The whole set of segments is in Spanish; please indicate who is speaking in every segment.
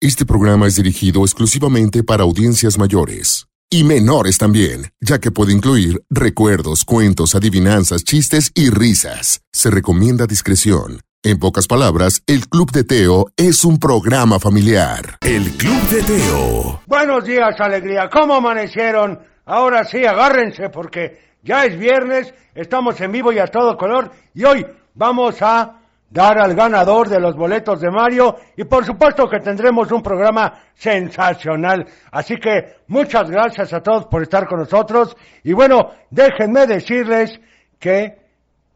Speaker 1: Este programa es dirigido exclusivamente para audiencias mayores y menores también, ya que puede incluir recuerdos, cuentos, adivinanzas, chistes y risas. Se recomienda discreción. En pocas palabras, el Club de Teo es un programa familiar.
Speaker 2: El Club de Teo.
Speaker 3: Buenos días, alegría. ¿Cómo amanecieron? Ahora sí, agárrense porque ya es viernes, estamos en vivo y a todo color y hoy vamos a dar al ganador de los boletos de Mario y por supuesto que tendremos un programa sensacional. Así que muchas gracias a todos por estar con nosotros y bueno, déjenme decirles que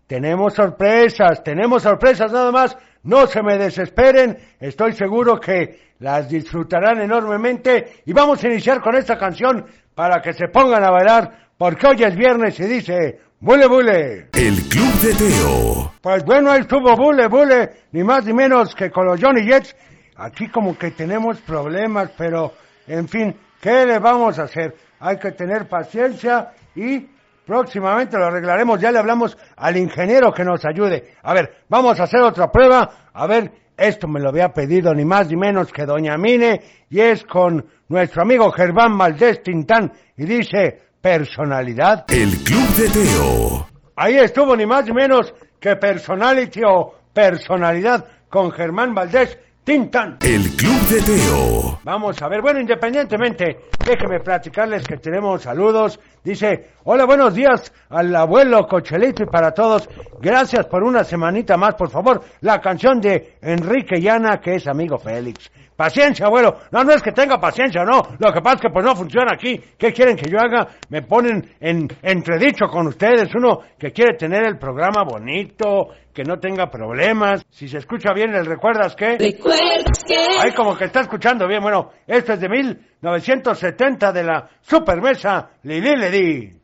Speaker 3: tenemos sorpresas, tenemos sorpresas nada más. No se me desesperen, estoy seguro que las disfrutarán enormemente y vamos a iniciar con esta canción para que se pongan a bailar porque hoy es viernes y dice, bule bule.
Speaker 2: El Club de Teo.
Speaker 3: Pues bueno, ahí estuvo bule bule, ni más ni menos que con los Johnny Jets. Aquí como que tenemos problemas, pero en fin, ¿qué le vamos a hacer? Hay que tener paciencia y Próximamente lo arreglaremos, ya le hablamos al ingeniero que nos ayude. A ver, vamos a hacer otra prueba. A ver, esto me lo había pedido ni más ni menos que Doña Mine y es con nuestro amigo Gerván Maldés Tintán y dice personalidad.
Speaker 2: El Club de Teo.
Speaker 3: Ahí estuvo ni más ni menos que personality o personalidad con Germán Valdés Tintán.
Speaker 2: El Club de Teo.
Speaker 3: Vamos a ver, bueno, independientemente, déjenme platicarles que tenemos saludos. Dice, hola, buenos días al abuelo Cochelito y para todos. Gracias por una semanita más, por favor. La canción de Enrique Llana, que es amigo Félix. Paciencia, abuelo. No, no es que tenga paciencia, no. Lo que pasa es que pues no funciona aquí. ¿Qué quieren que yo haga? Me ponen en entredicho con ustedes. Uno que quiere tener el programa bonito, que no tenga problemas. Si se escucha bien, ¿les recuerdas qué?
Speaker 4: ¿Recuerdas qué?
Speaker 3: Ahí como que está escuchando bien. Bueno, esto es de 1970 de la Supermesa Lili Ledi.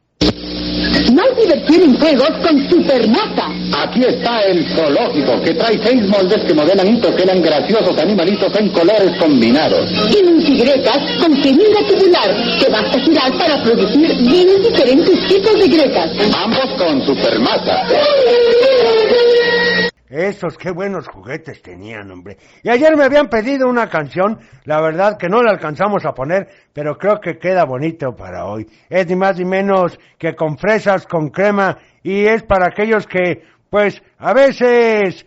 Speaker 5: Más divertido en juegos con Supermasa.
Speaker 6: Aquí está el zoológico, que trae seis moldes que modelan y toquelan graciosos animalitos en colores combinados.
Speaker 5: Y minigretas con jeringa tubular, que basta girar para producir 10 diferentes tipos de gretas.
Speaker 6: Ambos con supermasa.
Speaker 3: Esos qué buenos juguetes tenían, hombre. Y ayer me habían pedido una canción, la verdad que no la alcanzamos a poner, pero creo que queda bonito para hoy. Es ni más ni menos que con fresas, con crema, y es para aquellos que, pues, a veces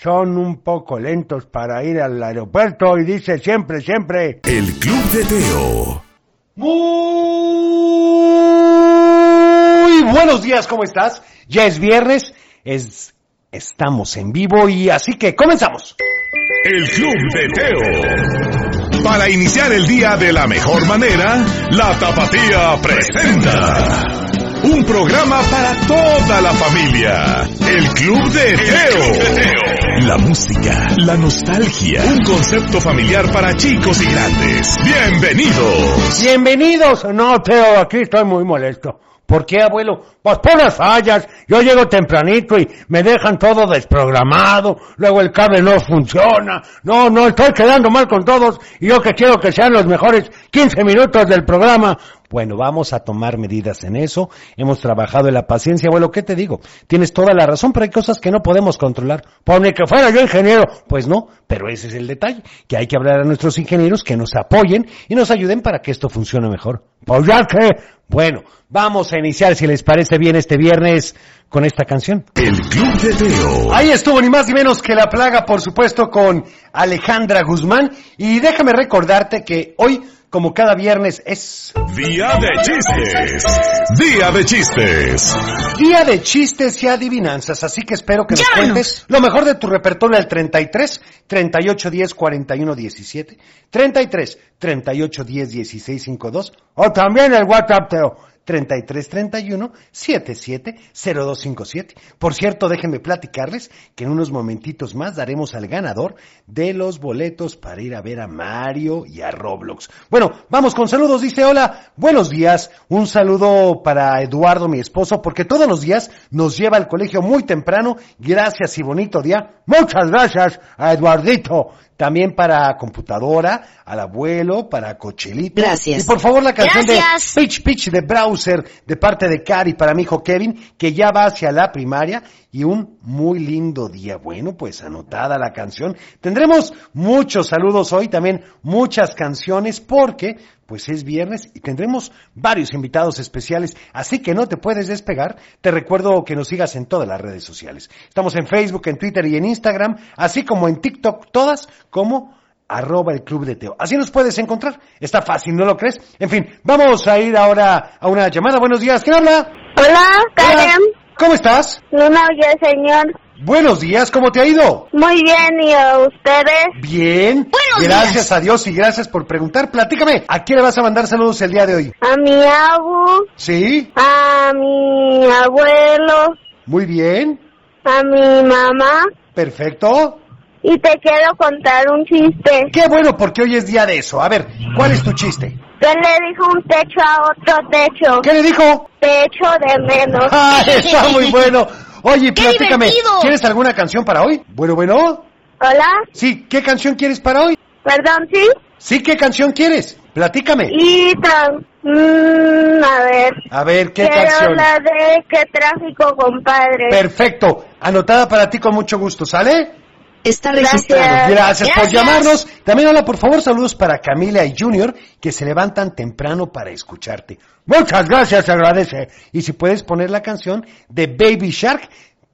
Speaker 3: son un poco lentos para ir al aeropuerto y dice siempre, siempre,
Speaker 2: El Club de Teo.
Speaker 7: Muy buenos días, ¿cómo estás? Ya es viernes, es, estamos en vivo y así que comenzamos.
Speaker 2: El Club de Teo. Para iniciar el día de la mejor manera, la Tapatía presenta. Un programa para toda la familia. El Club de Teo. La música, la nostalgia, un concepto familiar para chicos y grandes. Bienvenidos.
Speaker 3: Bienvenidos. No, Teo, aquí estoy muy molesto. ¿Por qué, abuelo? Pues por las fallas. Yo llego tempranito y me dejan todo desprogramado. Luego el cable no funciona. No, no, estoy quedando mal con todos. Y yo que quiero que sean los mejores 15 minutos del programa.
Speaker 7: Bueno, vamos a tomar medidas en eso. Hemos trabajado en la paciencia, abuelo. ¿Qué te digo? Tienes toda la razón, pero hay cosas que no podemos controlar.
Speaker 3: Por ni que fuera yo ingeniero.
Speaker 7: Pues no, pero ese es el detalle, que hay que hablar a nuestros ingenieros que nos apoyen y nos ayuden para que esto funcione mejor.
Speaker 3: Pues ya que...
Speaker 7: Bueno, vamos a iniciar, si les parece bien, este viernes con esta canción.
Speaker 2: El Club de Teo.
Speaker 7: Ahí estuvo ni más ni menos que la plaga, por supuesto, con Alejandra Guzmán. Y déjame recordarte que hoy, como cada viernes, es
Speaker 2: Día de chistes. Día de chistes.
Speaker 7: día de chistes y adivinanzas. Así que espero que nos
Speaker 4: Llámanos.
Speaker 7: cuentes lo mejor de tu repertorio al 33 38 10 41 17, 33 38 10 16 52
Speaker 3: O también el WhatsApp, Teo.
Speaker 7: 3331-770257. Por cierto, déjenme platicarles que en unos momentitos más daremos al ganador de los boletos para ir a ver a Mario y a Roblox. Bueno, vamos con saludos. Dice, hola, buenos días. Un saludo para Eduardo, mi esposo, porque todos los días nos lleva al colegio muy temprano. Gracias y bonito día.
Speaker 3: Muchas gracias a Eduardito.
Speaker 7: También para computadora, al abuelo, para cochelito.
Speaker 4: Gracias.
Speaker 7: Y por favor la canción
Speaker 4: Gracias.
Speaker 7: de Pitch Pitch de Brown Bowser de parte de Cari para mi hijo Kevin, que ya va hacia la primaria y un muy lindo día. Bueno, pues anotada la canción. Tendremos muchos saludos hoy, también muchas canciones porque pues es viernes y tendremos varios invitados especiales, así que no te puedes despegar. Te recuerdo que nos sigas en todas las redes sociales. Estamos en Facebook, en Twitter y en Instagram, así como en TikTok, todas como arroba el club de Teo. Así nos puedes encontrar. Está fácil, ¿no lo crees? En fin, vamos a ir ahora a una llamada. Buenos días, ¿quién habla?
Speaker 4: Hola, Karen.
Speaker 7: Hola, ¿Cómo estás?
Speaker 4: No me oye, señor.
Speaker 7: Buenos días, ¿cómo te ha ido?
Speaker 4: Muy bien, ¿y a ustedes?
Speaker 7: Bien.
Speaker 4: Buenos
Speaker 7: gracias a Dios y gracias por preguntar. Platícame, ¿a quién le vas a mandar saludos el día de hoy?
Speaker 4: A mi abu,
Speaker 7: ¿Sí?
Speaker 4: a mi abuelo,
Speaker 7: Muy bien.
Speaker 4: a mi mamá.
Speaker 7: Perfecto.
Speaker 4: Y te quiero contar un chiste.
Speaker 7: Qué bueno, porque hoy es día de eso. A ver, ¿cuál es tu chiste?
Speaker 4: ¿Qué le dijo un techo a otro techo?
Speaker 7: ¿Qué le dijo?
Speaker 4: Techo de menos.
Speaker 7: ¡Ah, está muy bueno! Oye,
Speaker 8: ¡Qué
Speaker 7: platícame,
Speaker 8: divertido!
Speaker 7: ¿quieres alguna canción para hoy? Bueno, bueno.
Speaker 4: Hola,
Speaker 7: Sí, ¿qué canción quieres para hoy?
Speaker 4: perdón, sí.
Speaker 7: Sí, ¿qué canción quieres? Platícame.
Speaker 4: Y tran- mm, a ver.
Speaker 7: A ver, ¿qué
Speaker 4: Quiero
Speaker 7: canción?
Speaker 4: la de qué tráfico, compadre.
Speaker 7: Perfecto. Anotada para ti con mucho gusto, ¿sale?
Speaker 8: Está
Speaker 4: Gracias.
Speaker 8: registrado.
Speaker 7: Gracias por
Speaker 8: Gracias.
Speaker 7: llamarnos. También hola, por favor, saludos para Camila y Junior, que se levantan temprano para escucharte. Muchas gracias, te agradece. Y si puedes poner la canción de Baby Shark,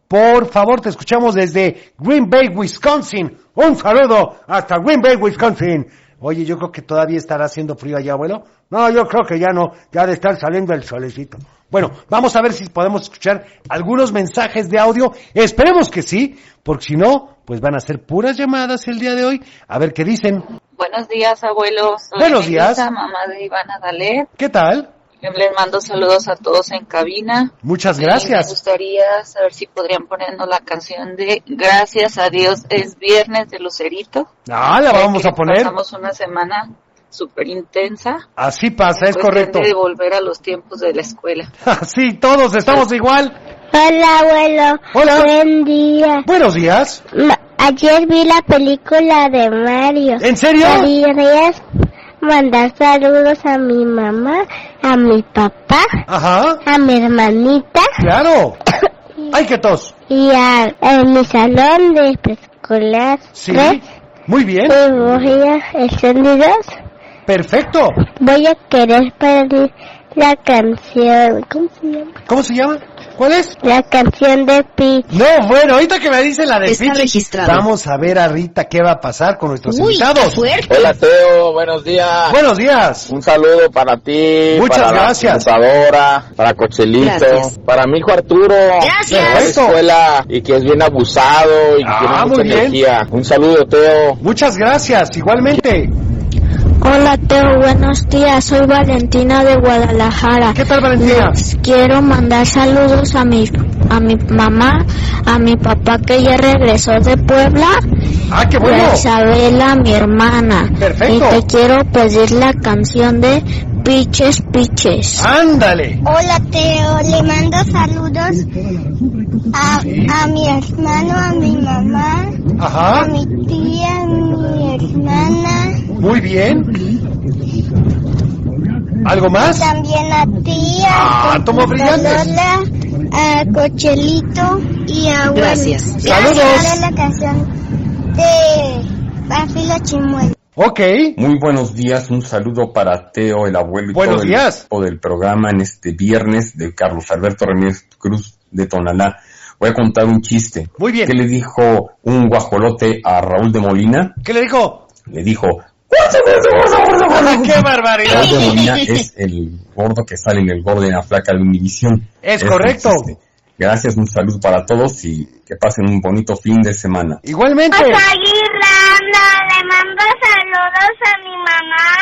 Speaker 7: por favor, te escuchamos desde Green Bay, Wisconsin. Un saludo hasta Green Bay, Wisconsin. Oye, yo creo que todavía estará haciendo frío allá, abuelo. No, yo creo que ya no, ya de estar saliendo el solecito. Bueno, vamos a ver si podemos escuchar algunos mensajes de audio. Esperemos que sí, porque si no, pues van a ser puras llamadas el día de hoy. A ver qué dicen.
Speaker 9: Buenos días, abuelos. Soy
Speaker 7: Buenos
Speaker 9: Melissa,
Speaker 7: días.
Speaker 9: mamá de Ivana Dalet.
Speaker 7: ¿Qué tal?
Speaker 9: Les mando saludos a todos en cabina.
Speaker 7: Muchas
Speaker 9: Y me
Speaker 7: gracias.
Speaker 9: gustaría saber si podrían ponernos la canción de Gracias a Dios es viernes de Lucerito.
Speaker 7: Ah, la vamos
Speaker 9: Que
Speaker 7: a poner.
Speaker 9: Pasamos una semana súper intensa.
Speaker 7: Así pasa, es
Speaker 9: Cuestión
Speaker 7: correcto.
Speaker 9: de volver a los tiempos de la escuela.
Speaker 7: Sí, todos estamos igual.
Speaker 4: Hola, abuelo.
Speaker 7: Hola.
Speaker 4: Buen día.
Speaker 7: Buenos días.
Speaker 4: Ma- Ayer vi la película de Mario.
Speaker 7: ¿En serio?
Speaker 4: Querías mandar saludos a mi mamá, a mi papá,
Speaker 7: Ajá.
Speaker 4: a mi hermanita
Speaker 7: Claro. Ay, qué tos.
Speaker 4: y a, a mi salón de preescolar.
Speaker 7: Sí.
Speaker 4: tres.
Speaker 7: Muy bien.
Speaker 4: Y voy a encendidos.
Speaker 7: Perfecto.
Speaker 4: Voy a querer pedir la canción. ¿Cómo se llama?
Speaker 7: ¿Cómo se llama? ¿Cuál es?
Speaker 4: La canción de Pi.
Speaker 7: No, bueno, ahorita que me dice la de
Speaker 8: Está
Speaker 7: Pichi,
Speaker 8: registrado.
Speaker 7: Vamos a ver a Rita qué va a pasar con nuestros
Speaker 8: Uy, qué
Speaker 7: invitados.
Speaker 8: fuerte.
Speaker 10: Hola Teo, buenos días.
Speaker 7: Buenos días.
Speaker 10: Un saludo para ti,
Speaker 7: Muchas
Speaker 10: para
Speaker 7: gracias.
Speaker 10: la computadora, para Cochelito,
Speaker 8: Gracias.
Speaker 10: para mi hijo Arturo.
Speaker 8: Gracias.
Speaker 10: Que va a la
Speaker 7: Eso.
Speaker 10: escuela y que es bien abusado y que
Speaker 7: Ah,
Speaker 10: tiene
Speaker 7: muy
Speaker 10: mucha
Speaker 7: bien.
Speaker 10: energía. Un saludo Teo.
Speaker 7: Muchas gracias. Igualmente.
Speaker 4: Hola Teo, buenos días. Soy Valentina de Guadalajara.
Speaker 7: ¿Qué tal, Valentina?
Speaker 4: Quiero mandar saludos a mi a mi mamá, a mi papá que ya regresó de Puebla,
Speaker 7: Ah, qué
Speaker 4: y
Speaker 7: bueno.
Speaker 4: a Isabela, mi hermana.
Speaker 7: Perfecto.
Speaker 4: Y te quiero pedir la canción de Piches Piches.
Speaker 7: Ándale.
Speaker 4: Hola Teo, le mando saludos a, a mi hermano, a mi mamá,
Speaker 7: Ajá.
Speaker 4: mi tía, mi hermana,
Speaker 7: Muy bien. ¿Algo más?
Speaker 4: también a tía,
Speaker 7: Ah, tomo brillantes.
Speaker 4: a Cochelito y a
Speaker 8: Gracias.
Speaker 7: Saludos.
Speaker 4: la canción de Bafilo Chimuel.
Speaker 7: Ok.
Speaker 11: Muy buenos días, un saludo para Teo, el abuelo y
Speaker 7: Buenos
Speaker 11: todo el
Speaker 7: días.
Speaker 11: equipo del programa en este viernes de Carlos Alberto Ramírez Cruz de Tonalá. Voy a contar un chiste.
Speaker 7: Muy bien.
Speaker 11: ¿Qué le dijo un guajolote a Raúl de Molina?
Speaker 7: ¿Qué le dijo? Ah,
Speaker 11: Le dijo,
Speaker 7: ¡Qué barbaridad!
Speaker 11: Raúl de Molina es el gordo que sale en el gordo y en la flaca de Univisión.
Speaker 7: Es
Speaker 11: Ese
Speaker 7: correcto.
Speaker 11: chiste. Gracias, un saludo para todos y que pasen un bonito fin de semana.
Speaker 7: Igualmente.
Speaker 4: le mando saludos a mi mamá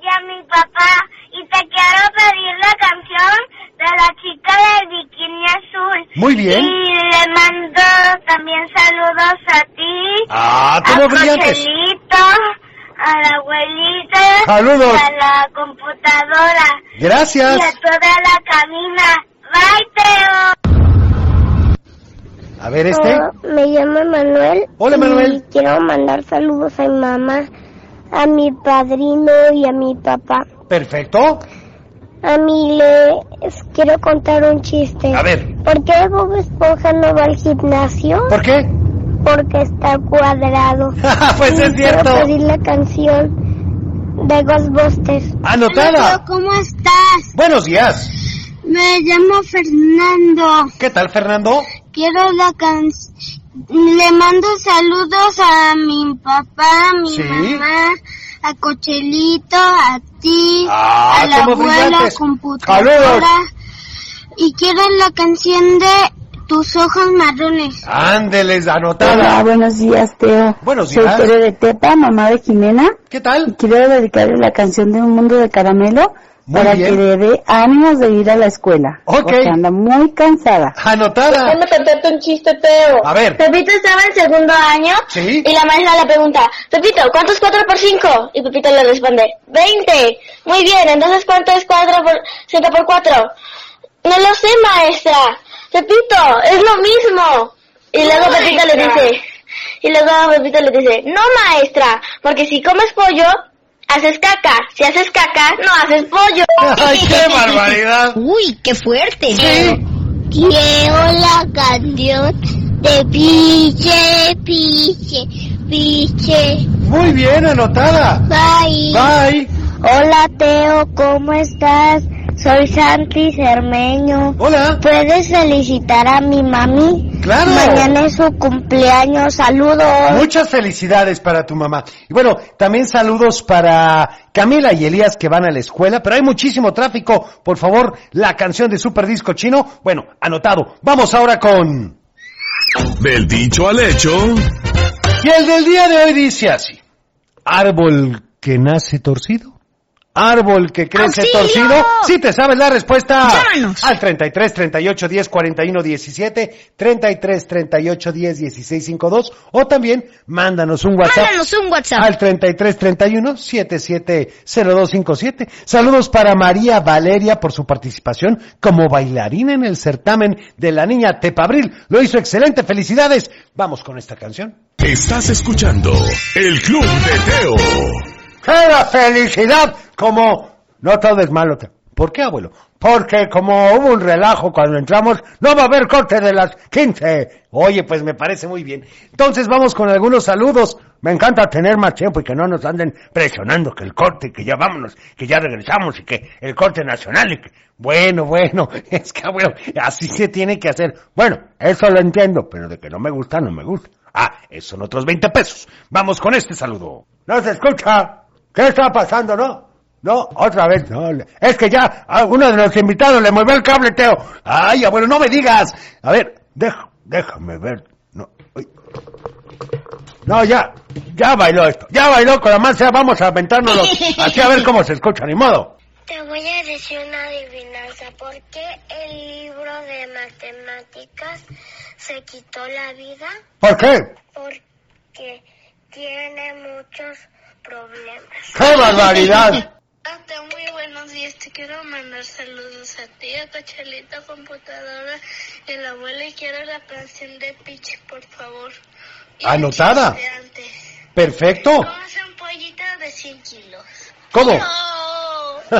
Speaker 4: y a mi papá. Y te quiero pedir la canción de la chica del bikini azul.
Speaker 7: Muy bien.
Speaker 4: Y le mando también saludos a ti,
Speaker 7: Ah,
Speaker 4: a
Speaker 7: tomo brillantes.
Speaker 4: Cochelito, a la abuelita,
Speaker 7: Saludos.
Speaker 4: y a la computadora.
Speaker 7: Gracias.
Speaker 4: Y a toda la camina. Bye, Teo.
Speaker 7: A ver este.
Speaker 4: Ah, me llamo Manuel.
Speaker 7: Hola,
Speaker 4: y
Speaker 7: Manuel.
Speaker 4: quiero mandar saludos a mi mamá, a mi padrino y a mi papá.
Speaker 7: Perfecto.
Speaker 4: A mí les quiero contar un chiste.
Speaker 7: A ver.
Speaker 4: ¿Por qué Bob Esponja no va al gimnasio?
Speaker 7: ¿Por qué?
Speaker 4: Porque está cuadrado.
Speaker 7: Pues
Speaker 4: Y
Speaker 7: es
Speaker 4: quiero
Speaker 7: cierto.
Speaker 4: pedir la canción de Ghostbusters.
Speaker 7: ¡Anotada!
Speaker 4: ¿Cómo estás?
Speaker 7: Buenos días.
Speaker 4: Me llamo Fernando.
Speaker 7: ¿Qué tal, Fernando?
Speaker 4: Quiero la canción. Le mando saludos a mi papá, a mi
Speaker 7: Sí.
Speaker 4: mamá, a Cochelito, a ti,
Speaker 7: Ah,
Speaker 4: a la
Speaker 7: somos
Speaker 4: abuela,
Speaker 7: brillantes.
Speaker 4: computadora.
Speaker 7: Saludos.
Speaker 4: Y quiero la canción de Tus ojos marrones.
Speaker 7: Ándeles,
Speaker 8: Hola,
Speaker 7: anotada.
Speaker 8: buenos días, Teo.
Speaker 7: Buenos días.
Speaker 8: Soy Tere de Tepa, mamá de Jimena.
Speaker 7: ¿Qué tal?
Speaker 8: Y quiero dedicarle la canción de Un Mundo de Caramelo
Speaker 7: Muy
Speaker 8: para
Speaker 7: bien.
Speaker 8: que le dé ánimos de ir a la escuela.
Speaker 7: Ok.
Speaker 8: Porque anda muy cansada.
Speaker 7: Anotada.
Speaker 4: Déjame contarte un chiste, Teo.
Speaker 7: A ver.
Speaker 4: Pepito estaba en segundo año
Speaker 7: Sí.
Speaker 4: y la maestra le pregunta, Pepito, ¿cuánto es 4 por 5? Y Pepito le responde, 20. Muy bien, entonces ¿cuánto es 4 por 7 por 4? No lo sé, maestra. Pepito, es lo mismo. Y luego Pepito le dice, y luego Pepito le dice, no, maestra, porque si comes pollo, haces caca. Si haces caca, no haces pollo.
Speaker 7: ¡Ay, qué barbaridad!
Speaker 4: Uy, qué fuerte. Quiero la canción de Piche, Piche, Piche.
Speaker 7: Muy bien, anotada.
Speaker 4: Bye.
Speaker 7: Bye.
Speaker 4: Hola Teo, ¿cómo estás? Soy Santi Cermeño.
Speaker 7: Hola.
Speaker 4: ¿Puedes felicitar a mi mami?
Speaker 7: Claro.
Speaker 4: Mañana es su cumpleaños. Saludos.
Speaker 7: Muchas felicidades para tu mamá. Y bueno, también saludos para Camila y Elías que van a la escuela, pero hay muchísimo tráfico. Por favor, la canción de Super Disco Chino. Bueno, anotado. Vamos ahora con...
Speaker 2: Del dicho al hecho,
Speaker 7: Y el del día de hoy dice así. Árbol que nace torcido. Árbol que crece
Speaker 4: ¡Auxilio!
Speaker 7: torcido. Si te sabes la respuesta.
Speaker 4: Llámanos.
Speaker 7: Al 33 38 10 41 17, 33 38 10 16 52 o también mándanos un WhatsApp.
Speaker 4: un WhatsApp.
Speaker 7: Al 33 31 77 02 57. Saludos para María Valeria por su participación como bailarina en el certamen de la niña Tepabril. Lo hizo excelente. Felicidades. Vamos con esta canción.
Speaker 2: estás escuchando El Club de Teo.
Speaker 7: ¡Qué felicidad! Como no todo es malo. te- ¿Por qué, abuelo? Porque como hubo un relajo cuando entramos, no va a haber corte de las 15. Oye, pues me parece muy bien. Entonces vamos con algunos saludos. Me encanta tener más tiempo y que no nos anden presionando que el corte, que ya vámonos, que ya regresamos y que el corte nacional. Y que... Bueno, bueno, es que abuelo, así se tiene que hacer. Bueno, eso lo entiendo, pero de que no me gusta, no me gusta. Ah, esos son otros 20 pesos. Vamos con este saludo. No se escucha. ¿Qué está pasando, no? No, otra vez, no. le- Es que ya a uno de los invitados le movió el cable, Teo. Ay, abuelo, no me digas. A ver, deja, déjame ver. No, ay. no ya, ya bailó esto. Ya bailó con la mancha, vamos a aventárnoslo. Así a ver cómo se escucha, ni modo.
Speaker 4: Te voy a decir una adivinanza. ¿Por qué el libro de matemáticas se quitó la vida?
Speaker 7: ¿Por qué?
Speaker 4: Porque tiene muchos problemas.
Speaker 7: ¡Qué barbaridad!
Speaker 4: Hasta Ah, muy buenos días. Te quiero mandar saludos a ti, a Cachalita Computadora y a la abuela. Y quiero la canción de Pichi, por favor. Y el
Speaker 7: Anotada.
Speaker 4: chiste antes.
Speaker 7: Perfecto.
Speaker 4: ¿Cómo son pollitas de 100 kilos?
Speaker 7: ¿Cómo?
Speaker 4: No.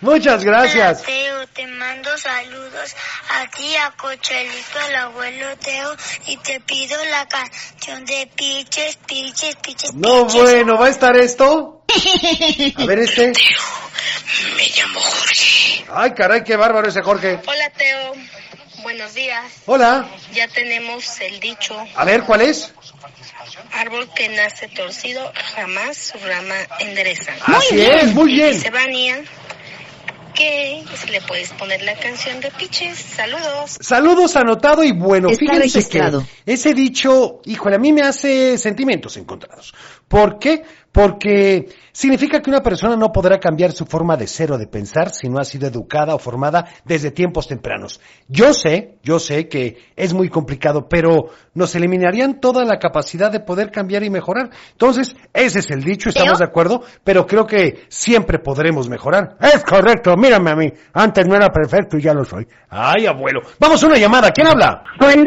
Speaker 7: Muchas gracias.
Speaker 4: Teo, te mando saludos a ti, a Cochelito, al abuelo Teo, y te pido la canción de Piches, Piches, Piches.
Speaker 7: No, bueno, ¿va a estar esto? A ver este.
Speaker 4: Me llamo Jorge.
Speaker 7: Ay, caray, qué bárbaro ese Jorge.
Speaker 4: Hola, Teo. Buenos días.
Speaker 7: Hola.
Speaker 4: Ya tenemos el dicho,
Speaker 7: A ver, ¿cuál es?
Speaker 4: árbol que nace torcido, jamás su rama endereza.
Speaker 7: Así es, Ah, muy bien.
Speaker 4: Dice Vania que le puedes poner la canción de Piches. Saludos.
Speaker 7: Saludos anotado y bueno,
Speaker 12: Está
Speaker 7: fíjense
Speaker 12: registrado.
Speaker 7: que ese dicho, híjole, a mí me hace sentimientos encontrados. ¿Por qué? Porque significa que una persona no podrá cambiar su forma de ser o de pensar si no ha sido educada o formada desde tiempos tempranos. Yo sé, yo sé que es muy complicado, pero nos eliminarían toda la capacidad de poder cambiar y mejorar. Entonces, ese es el dicho, estamos de acuerdo, pero creo que siempre podremos mejorar. Es correcto, mírame a mí. Antes no era perfecto y ya lo soy. Ay, abuelo. Vamos a una llamada. ¿Quién habla?
Speaker 4: Hola,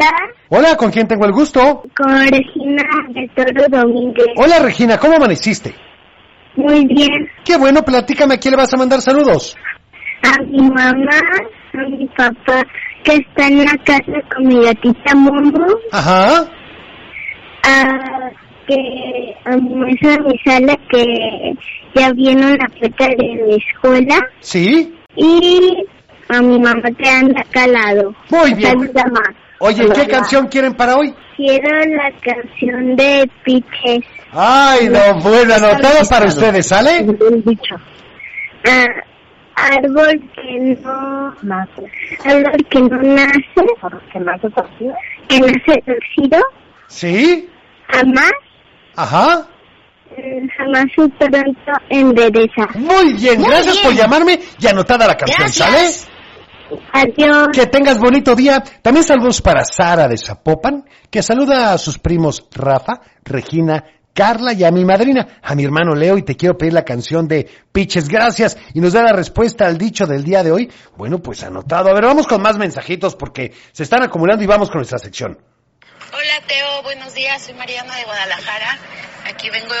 Speaker 7: Hola, ¿con quién tengo el gusto?
Speaker 4: con Regina de Toro Domínguez.
Speaker 7: Hola, Regina, ¿cómo amaneciste?
Speaker 4: Muy bien.
Speaker 7: Qué bueno, platícame a quién le vas a mandar saludos.
Speaker 12: a mi mamá, a mi papá, que está en la casa con mi gatita Momo,
Speaker 7: Ajá.
Speaker 12: a, que, a mi maestra de mi sala que ya vieron la puerta de mi escuela
Speaker 7: ¿Sí?
Speaker 12: y a mi mamá que anda acá al lado.
Speaker 7: Muy
Speaker 12: Acá
Speaker 7: bien.
Speaker 12: mi mamá.
Speaker 7: Oye, ¿qué
Speaker 12: Hola.
Speaker 7: canción quieren para hoy?
Speaker 12: Quiero la canción de Piches.
Speaker 7: Ay, no, bueno, anotado para ustedes, ¿sale?
Speaker 12: Ah, árbol que no nace. Árbol que no nace. que nace torcido. Que nace torcido.
Speaker 7: ¿Sí?
Speaker 12: Jamás,
Speaker 7: Ajá.
Speaker 12: mm, jamás su pronto endereza.
Speaker 7: Muy bien, gracias por llamarme y anotada la canción,
Speaker 12: Gracias.
Speaker 7: ¿sale?
Speaker 12: Adiós.
Speaker 7: Que tengas bonito día. También saludos para Sara de Zapopan, que saluda a sus primos Rafa, Regina, Carla y a mi madrina, a mi hermano Leo, y te quiero pedir la canción de Piches, gracias, y nos da la respuesta al dicho del día de hoy. Bueno, pues anotado. A ver, vamos con más mensajitos porque se están acumulando y vamos con nuestra sección.
Speaker 13: Hola Teo, buenos días, soy Mariana de Guadalajara. Aquí vengo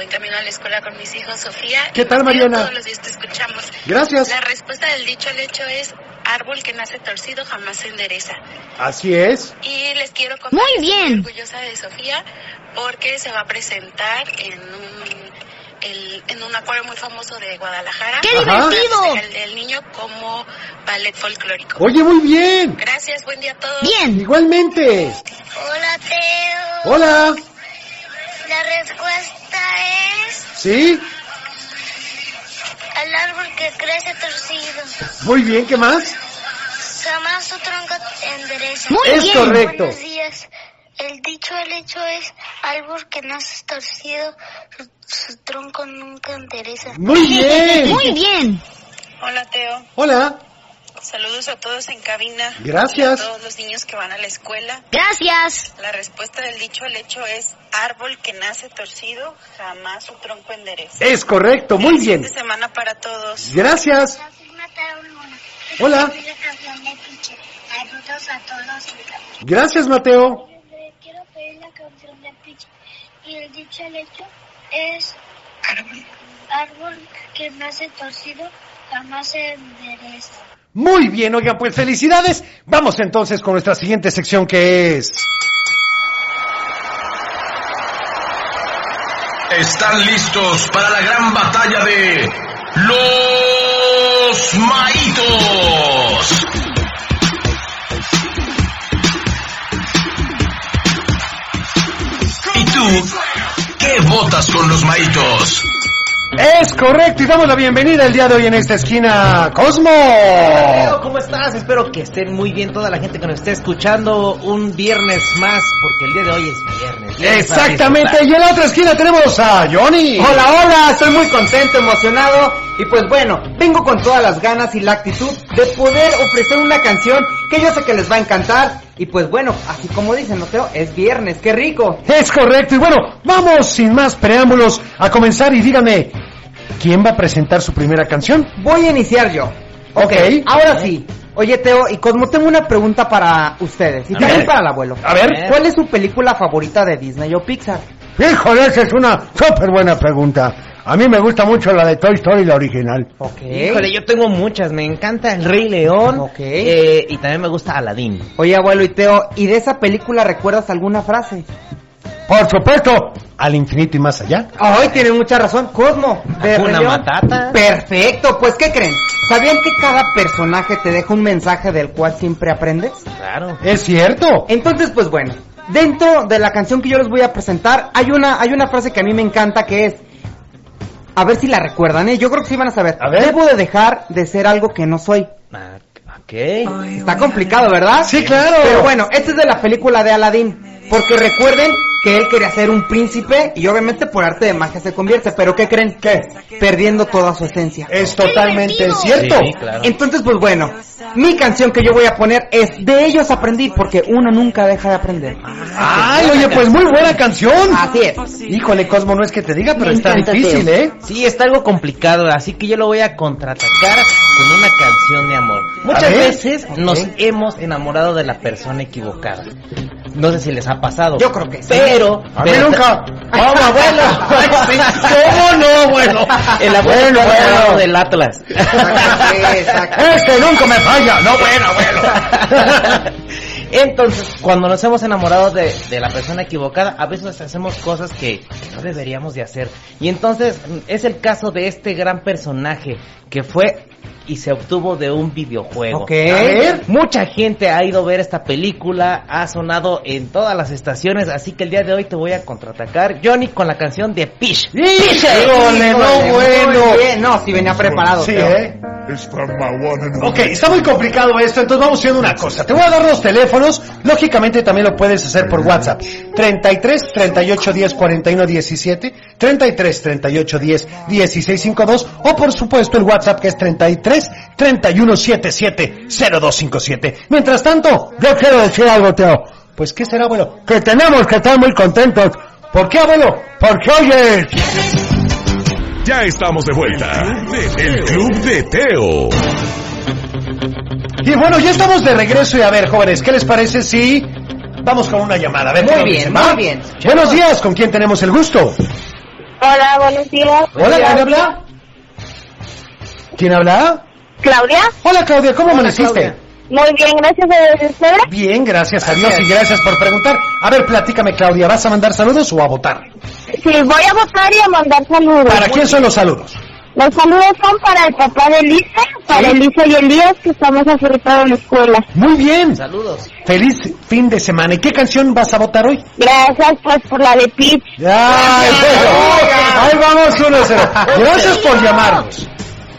Speaker 13: en camino a la escuela con mis hijos Sofía.
Speaker 7: ¿Qué
Speaker 13: y
Speaker 7: tal,
Speaker 13: Mateo,
Speaker 7: Mariana?
Speaker 13: Todos los días te escuchamos.
Speaker 7: Gracias.
Speaker 13: La respuesta del dicho al hecho es árbol que nace torcido jamás se endereza.
Speaker 7: Así es.
Speaker 13: Y les quiero contar
Speaker 7: Muy
Speaker 13: que estoy
Speaker 7: bien.
Speaker 13: orgullosa de Sofía porque se va a presentar en un el- en un acuario muy famoso de Guadalajara.
Speaker 7: ¡Qué Ajá. divertido!
Speaker 13: El del niño como ballet folclórico.
Speaker 7: Oye, muy bien.
Speaker 13: Gracias, buen día a todos.
Speaker 7: Igualmente.
Speaker 13: Hola Teo.
Speaker 7: Hola.
Speaker 13: La respuesta es
Speaker 7: ¿Sí?
Speaker 13: al árbol que crece torcido.
Speaker 7: Muy bien, ¿qué más?
Speaker 13: Jamás su tronco endereza.
Speaker 7: Muy Es bien. correcto.
Speaker 13: Buenos días. El dicho al hecho es árbol que nace torcido, su, su tronco nunca endereza.
Speaker 7: Muy bien. Muy
Speaker 13: bien. Hola Teo.
Speaker 7: Hola.
Speaker 13: Saludos a todos en cabina.
Speaker 7: Gracias.
Speaker 13: Y A todos los niños que van a la escuela.
Speaker 14: Gracias.
Speaker 13: La respuesta del dicho al hecho es árbol que nace torcido, jamás su tronco endereza.
Speaker 7: Es correcto, muy
Speaker 13: Feliz
Speaker 7: bien.
Speaker 13: fin de semana para todos.
Speaker 7: Gracias. Hola.
Speaker 13: Saludos a todos en cabina.
Speaker 7: Gracias, Mateo.
Speaker 13: Quiero pedir la canción de Pitch. Y el dicho al hecho es árbol que nace torcido, jamás se endereza.
Speaker 7: Muy bien, oigan, pues felicidades. Vamos entonces con nuestra siguiente sección que es...
Speaker 2: ¿Están listos para la gran batalla de los maitos? ¿Y tú qué votas con los maitos?
Speaker 7: Es correcto y damos la bienvenida el día de hoy en esta esquina, Cosmo.
Speaker 15: Leo, ¿cómo estás? Espero que estén muy bien toda la gente que nos está escuchando un viernes más, porque el día de hoy es viernes. Viernes para
Speaker 7: Exactamente,
Speaker 15: disfrutar.
Speaker 7: y en la otra esquina tenemos a Johnny.
Speaker 15: Hola, hola, estoy muy contento, emocionado y pues bueno, vengo con todas las ganas y la actitud de poder ofrecer una canción que yo sé que les va a encantar y pues bueno, así como dicen, no creo, es viernes, qué rico.
Speaker 7: Es correcto y bueno, vamos sin más preámbulos a comenzar y díganme, ¿quién va a presentar su primera canción?
Speaker 15: Voy a iniciar yo. Ok, ahora sí. Oye, Teo y Cosmo, tengo una pregunta para ustedes. Y
Speaker 7: A
Speaker 15: también
Speaker 7: ver.
Speaker 15: para el abuelo.
Speaker 7: A ver.
Speaker 15: ¿Cuál es su película favorita de Disney o Pixar?
Speaker 7: Híjole, esa es una súper buena pregunta. A mí me gusta mucho la de Toy Story, la original.
Speaker 16: Híjole, yo tengo muchas. Me encanta El Rey León. eh, y también me gusta Aladdin.
Speaker 15: Oye, abuelo y Teo, ¿y de esa película recuerdas alguna frase?
Speaker 7: Por supuesto, al infinito y más allá.
Speaker 15: Ay, tienen mucha razón, Cosmo. de
Speaker 16: Hakuna
Speaker 15: Rey León.
Speaker 16: Matata.
Speaker 15: Perfecto, pues ¿qué creen? ¿Sabían que cada personaje te deja un mensaje del cual siempre aprendes?
Speaker 16: Claro.
Speaker 7: Es cierto.
Speaker 15: Entonces, pues bueno, dentro de la canción que yo les voy a presentar, hay una, hay una frase que a mí me encanta que es. A ver si la recuerdan, ¿eh? Yo creo que sí van a saber. Debo de dejar de ser algo que no soy.
Speaker 16: Ah,
Speaker 15: Está complicado, ¿verdad?
Speaker 7: Sí, claro.
Speaker 15: Pero bueno, esta es de la película de Aladdin. Porque recuerden que él quería ser un príncipe y obviamente por arte de magia se convierte. Pero ¿qué creen? ¿Qué? Perdiendo toda su esencia.
Speaker 7: Es totalmente cierto.
Speaker 15: Sí, claro. Entonces, pues bueno, mi canción que yo voy a poner es De ellos aprendí porque uno nunca deja de aprender.
Speaker 7: Ay, oye, pues muy buena canción.
Speaker 15: Así es.
Speaker 7: Híjole, Cosmo, no es que te diga, pero
Speaker 16: Me
Speaker 7: está
Speaker 16: encanta,
Speaker 7: difícil,
Speaker 16: Teo.
Speaker 7: ¿eh?
Speaker 16: Sí, está algo complicado, así que yo lo voy a contraatacar con una canción de amor.
Speaker 7: A
Speaker 16: Muchas
Speaker 7: ver.
Speaker 16: veces nos hemos enamorado de la persona equivocada. No sé si les ha pasado. Yo creo que sí. Pero...
Speaker 7: A mí
Speaker 16: pero
Speaker 7: nunca.
Speaker 16: ¡Vamos, abuelo!
Speaker 7: ¿Cómo no, abuelo?
Speaker 16: el abuelo
Speaker 15: Bueno,
Speaker 16: enamorado
Speaker 15: bueno.
Speaker 16: del Atlas.
Speaker 15: Este nunca me falla. No, bueno, bueno.
Speaker 16: Entonces, cuando nos hemos enamorado de, de la persona equivocada, a veces hacemos cosas que no deberíamos de hacer. Y entonces mm, es el caso de este gran personaje que fue y se obtuvo de un videojuego.
Speaker 17: Ok.
Speaker 16: A ver, Mucha gente ha ido a ver esta película, ha sonado en todas las estaciones, así que el día de hoy te voy a contraatacar, Johnny, con la canción de Pish. Pish.
Speaker 17: Híjole, no, bueno. eh, no, si venía preparado.
Speaker 7: Sí,
Speaker 17: Teo.
Speaker 7: ¿eh? Ok, está muy complicado esto, entonces vamos haciendo una cosa. Te voy a dar los teléfonos, lógicamente también lo puedes hacer por WhatsApp. 33 38 10 41 17, 33 38 10 16 52 o por supuesto el WhatsApp que es 33 31 77 0257. Mientras tanto, yo quiero decir algo, Teo. Pues qué será, abuelo? Que tenemos que estar muy contentos. ¿Por qué, abuelo? Porque hoy es...
Speaker 2: Ya estamos de vuelta. El Club de Teo.
Speaker 7: Y bueno, ya estamos de regreso y a ver, jóvenes, ¿qué les parece si vamos con una llamada? A ver,
Speaker 16: Muy
Speaker 7: ¿qué nos
Speaker 16: bien,
Speaker 7: dicen,
Speaker 16: muy
Speaker 7: va?
Speaker 16: bien.
Speaker 7: Buenos días, ¿con quién tenemos el gusto?
Speaker 4: Hola, buenos días.
Speaker 7: Hola, ¿quién habla? ¿Quién habla?
Speaker 4: Claudia.
Speaker 7: Hola, Claudia, ¿cómo amaneciste?
Speaker 4: Muy bien, gracias a Dios. ¿Ustedes?
Speaker 7: Bien, gracias a Dios y gracias por preguntar. A ver, platícame, Claudia, ¿vas a mandar saludos o a votar?
Speaker 4: Sí, voy a votar y a mandar saludos.
Speaker 7: ¿Para quién son los saludos?
Speaker 4: Los saludos son para el papá de Elisa, para Elisa y Elías, que estamos afectados en la escuela.
Speaker 7: Muy bien.
Speaker 16: Saludos.
Speaker 7: Feliz fin de semana. ¿Y qué canción vas a votar hoy?
Speaker 4: Gracias, pues, por la de Pitch.
Speaker 7: ¡Ay, Ahí vamos, 1-0. Gracias por llamarnos.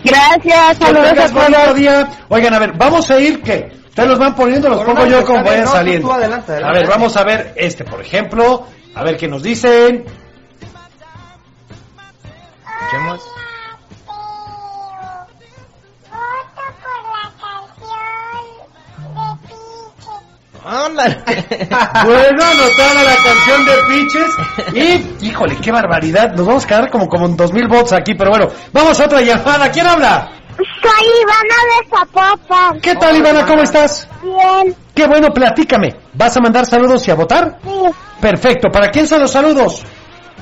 Speaker 4: Gracias,
Speaker 7: Que
Speaker 4: saludos a
Speaker 7: tengas
Speaker 4: todos.
Speaker 7: bonito día. Oigan, a ver, vamos a ir que ustedes los van poniendo, los pongo yo como vayan saliendo. A ver, vamos a ver este, por ejemplo. A ver qué nos dicen.
Speaker 16: Escuchemos. Ándale.
Speaker 7: Bueno, anotaron la canción de Piches. Y, híjole, qué barbaridad. Nos vamos a quedar como, como en 2000 bots aquí, pero bueno. Vamos a otra llamada. ¿Quién habla?
Speaker 4: Soy Ivana de Zapata.
Speaker 7: ¿Qué tal, Ivana? ¿Cómo estás?
Speaker 4: Bien,
Speaker 7: Qué bueno, platícame. ¿Vas a mandar saludos y a votar?
Speaker 4: sí.
Speaker 7: Perfecto. ¿Para quién son los saludos?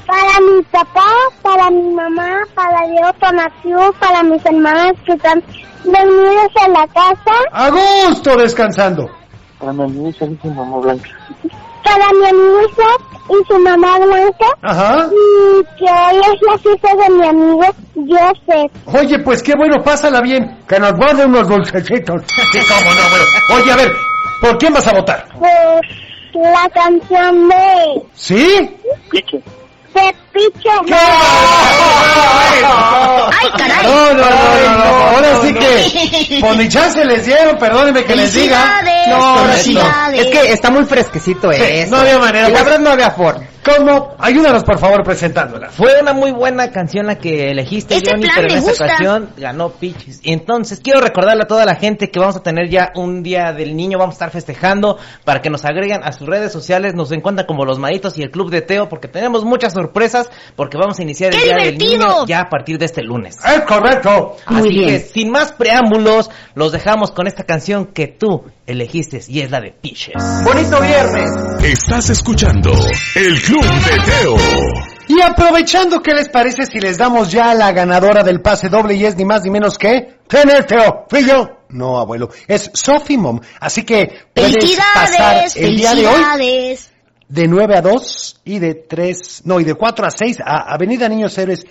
Speaker 4: Para mi papá, para mi mamá, para Diego Tonatiu, para mis hermanas que están dormidas en la casa,
Speaker 7: A gusto descansando.
Speaker 18: Para mi amiga, dice mamá blanca.
Speaker 4: para mi amigo Isaac y su mamá Blanca,
Speaker 7: Ajá.
Speaker 4: y que hoy es la fiesta de mi amigo Joseph.
Speaker 7: Oye, pues qué bueno, pásala bien. Que nos guarden unos dulcecitos. Sí, cómo no, bueno. Oye, a ver, ¿por quién vas a votar?
Speaker 4: Pues la canción de
Speaker 7: ¿Sí?
Speaker 4: de Picho. ¡Ay, caray!
Speaker 7: No, no, no, no, no. Ahora sí que. Por mi chance les dieron, perdónenme que les diga.
Speaker 4: Felicidades,
Speaker 7: No, ahora sí.
Speaker 4: felicidades.
Speaker 17: Es que está muy fresquecito
Speaker 7: Sí,
Speaker 17: eso.
Speaker 7: no había manera.
Speaker 17: Y la
Speaker 7: Pues-
Speaker 17: verdad no había forma.
Speaker 7: ¿Cómo? Ayúdanos, por favor, presentándola.
Speaker 16: Fue una muy buena canción la que elegiste,
Speaker 4: Este
Speaker 16: Johnny,
Speaker 4: plan
Speaker 16: pero
Speaker 4: me
Speaker 16: en esta
Speaker 4: gusta.
Speaker 16: ocasión ganó Pichis. Entonces, quiero recordarle a toda la gente que vamos a tener ya un día del niño, vamos a estar festejando para que nos agreguen a sus redes sociales, nos encuentran como los maitos y el club de Teo, porque tenemos muchas sorpresas, porque vamos a iniciar el
Speaker 4: ¡Qué
Speaker 16: día del
Speaker 4: divertido!
Speaker 16: niño ya a partir de este lunes.
Speaker 7: Es correcto.
Speaker 16: Así que, sin más preámbulos, los dejamos con esta canción que tú elegiste y es la de Piches.
Speaker 17: Bonito viernes.
Speaker 2: Estás escuchando El Club de Teo.
Speaker 7: Y aprovechando, ¿qué les parece si les damos ya a la ganadora del pase doble y es ni más ni menos que... ¡Tener Teo! ¡Fui yo! No, abuelo, es Sophie Mom. Así que puedes pasar
Speaker 4: ¡Felicidades!
Speaker 7: el día de hoy
Speaker 4: ¡Felicidades!
Speaker 7: de 9 a 2 y de 3, no, y de 4 a 6 a Avenida Niños Héroes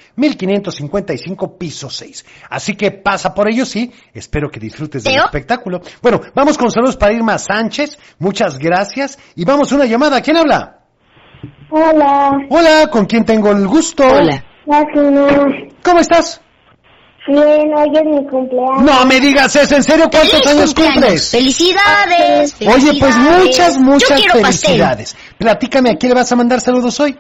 Speaker 7: 1555 piso 6. Así que pasa por ellos y espero que disfrutes del
Speaker 4: ¿Teo?
Speaker 7: espectáculo. Bueno, vamos con saludos para Irma Sánchez, muchas gracias y vamos a una llamada. ¿Quién habla?
Speaker 4: Hola,
Speaker 7: Hola, ¿con quién tengo el gusto?
Speaker 17: Hola.
Speaker 4: la señora.
Speaker 7: ¿Cómo estás?
Speaker 4: Bien, hoy es mi cumpleaños.
Speaker 7: No me digas eso, ¿en serio cuántos años cumples?
Speaker 4: ¡Felicidades!
Speaker 7: Oye, pues muchas, muchas
Speaker 4: felicidades.
Speaker 7: felicidades. Platícame, ¿a quién le vas a mandar saludos hoy?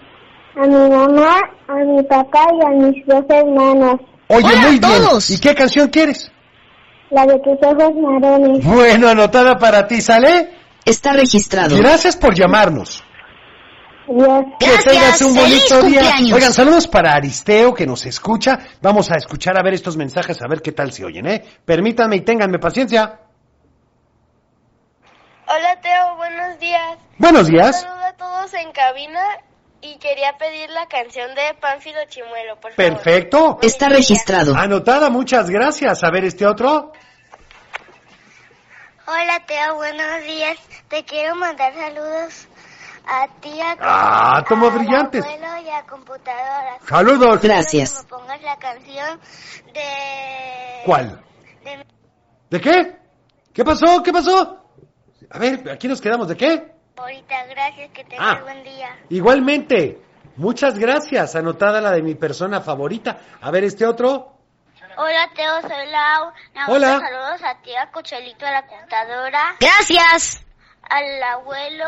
Speaker 4: A mi mamá, a mi papá y a mis dos hermanas.
Speaker 7: Oye,
Speaker 4: Hola a
Speaker 7: muy bien.
Speaker 4: todos.
Speaker 7: ¿Y qué canción quieres?
Speaker 4: La de tus ojos marones.
Speaker 7: Bueno, anotada para ti, ¿sale?
Speaker 19: Está registrado.
Speaker 7: Gracias por llamarnos.
Speaker 4: Dios.
Speaker 7: que tengas un bonito día. Oigan, saludos para Aristeo que nos escucha. Vamos a escuchar a ver estos mensajes, a ver qué tal se oyen, ¿eh? Permítanme y ténganme paciencia.
Speaker 4: Hola Teo, buenos días.
Speaker 7: Buenos días.
Speaker 4: Saludos a todos en cabina Y quería pedir la canción de Pánfilo Chimuelo, por favor.
Speaker 7: Perfecto.
Speaker 14: Está registrado.
Speaker 7: Anotada, muchas gracias. A ver este otro.
Speaker 13: Hola, Teo, buenos días. Te quiero mandar saludos a ti, a
Speaker 7: Ah, toma brillantes.
Speaker 13: abuelo y a computadora.
Speaker 7: Saludos.
Speaker 13: Quiero Que me pongas la canción de...
Speaker 7: ¿Cuál?
Speaker 13: de-
Speaker 7: ¿De qué? ¿Qué pasó? ¿Qué pasó? A ver, aquí nos quedamos. ¿De qué?
Speaker 13: Ahorita, gracias, que tengas
Speaker 7: Ah.
Speaker 13: buen día.
Speaker 7: Igualmente. Muchas gracias. Anotada la de mi persona favorita. A ver este otro.
Speaker 13: Hola, Teo, soy Lau. Nada más
Speaker 7: Hola.
Speaker 13: Saludos a ti, a Cochelito, a la computadora.
Speaker 14: Gracias.
Speaker 13: Al abuelo.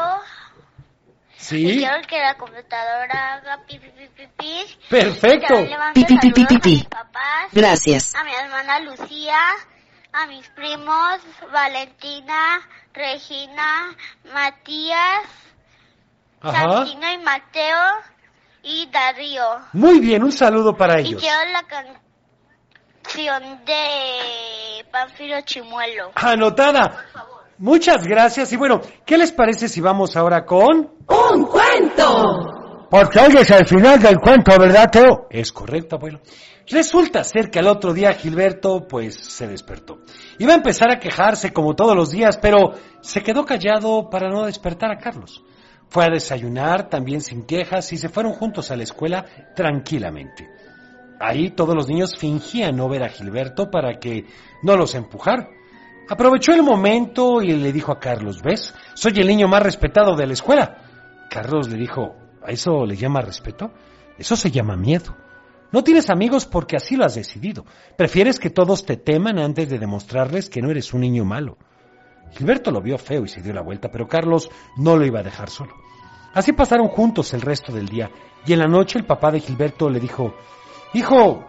Speaker 13: Y
Speaker 7: Sí.
Speaker 13: quiero que la computadora haga pi, pi, pi, pi, pi.
Speaker 7: Perfecto.
Speaker 13: Y también le mando
Speaker 14: Pi, pi, pi, pi,
Speaker 13: saludos
Speaker 14: pi,
Speaker 13: a
Speaker 14: pi.
Speaker 13: mis papás,
Speaker 14: Gracias.
Speaker 13: A mi hermana Lucía. A mis primos. Valentina. Regina. Matías.
Speaker 7: Ajá.
Speaker 13: Santino y Mateo. Y Darío.
Speaker 7: Muy bien, un saludo para
Speaker 13: Y
Speaker 7: ellos.
Speaker 13: quiero la canción de Panfilo Chimuelo.
Speaker 7: Anotada. Muchas gracias. Y bueno, ¿qué les parece si vamos ahora con...
Speaker 14: ¡Un cuento!
Speaker 3: Porque hoy es el final del cuento, ¿verdad, Teo?
Speaker 7: Es correcto, abuelo. Resulta ser que al otro día Gilberto, pues, se despertó. Iba a empezar a quejarse como todos los días, pero se quedó callado para no despertar a Carlos. Fue a desayunar, también sin quejas, y se fueron juntos a la escuela tranquilamente. Ahí todos los niños fingían no ver a Gilberto para que no los empujara. Aprovechó el momento y le dijo a Carlos, ¿ves? Soy el niño más respetado de la escuela. Carlos le dijo, ¿a eso le llama respeto? Eso se llama miedo. No tienes amigos porque así lo has decidido. Prefieres que todos te teman antes de demostrarles que no eres un niño malo. Gilberto lo vio feo y se dio la vuelta, pero Carlos no lo iba a dejar solo. Así pasaron juntos el resto del día, y en la noche el papá de Gilberto le dijo, Hijo,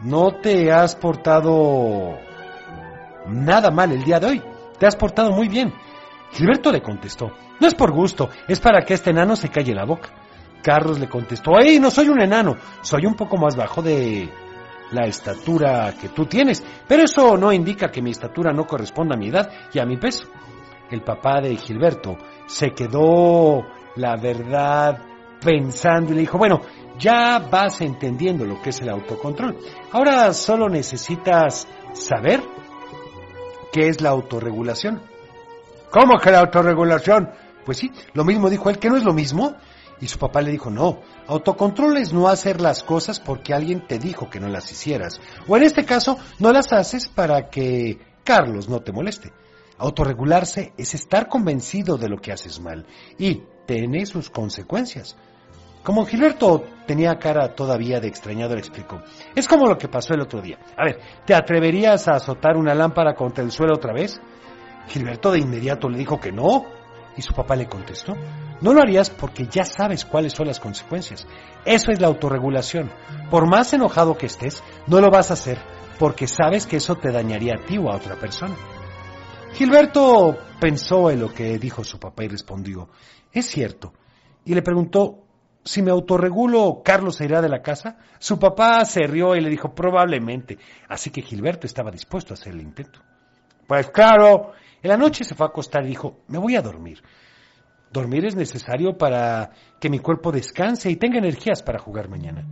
Speaker 7: no te has portado nada mal el día de hoy, te has portado muy bien. Gilberto le contestó, no es por gusto, es para que este enano se calle la boca. Carlos le contestó, ¡Ey, no soy un enano! Soy un poco más bajo de la estatura que tú tienes, pero eso no indica que mi estatura no corresponda a mi edad y a mi peso. El papá de Gilberto se quedó, la verdad, pensando y le dijo, bueno, ya vas entendiendo lo que es el autocontrol. Ahora solo necesitas saber qué es la autorregulación. ¿Cómo que la autorregulación? Pues sí, lo mismo dijo él, que no es lo mismo. Y su papá le dijo, no, autocontrol es no hacer las cosas porque alguien te dijo que no las hicieras. O en este caso, no las haces para que Carlos no te moleste. Autorregularse es estar convencido de lo que haces mal y tener sus consecuencias. Como Gilberto tenía cara todavía de extrañado, le explicó. Es como lo que pasó el otro día. A ver, ¿te atreverías a azotar una lámpara contra el suelo otra vez? Gilberto de inmediato le dijo que no. Y su papá le contestó, no lo harías porque ya sabes cuáles son las consecuencias. Eso es la autorregulación. Por más enojado que estés, no lo vas a hacer porque sabes que eso te dañaría a ti o a otra persona. Gilberto pensó en lo que dijo su papá y respondió, es cierto. Y le preguntó, si me autorregulo, Carlos se irá de la casa. Su papá se rió y le dijo, probablemente. Así que Gilberto estaba dispuesto a hacer el intento. Pues claro. En la noche se fue a acostar y dijo, me voy a dormir. Dormir es necesario para que mi cuerpo descanse y tenga energías para jugar mañana.